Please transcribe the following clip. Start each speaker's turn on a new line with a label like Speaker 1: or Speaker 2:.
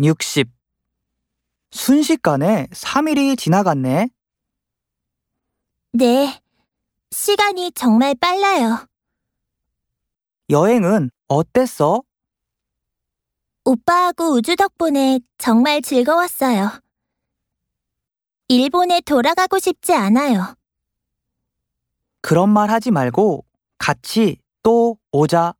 Speaker 1: 60 순식간에 3일이 지나갔네.
Speaker 2: 네. 시간이 정말 빨라요.
Speaker 1: 여행은 어땠어?
Speaker 2: 오빠하고 우주 덕분에 정말 즐거웠어요. 일본에 돌아가고 싶지 않아요.
Speaker 1: 그런 말 하지 말고 같이 또 오자.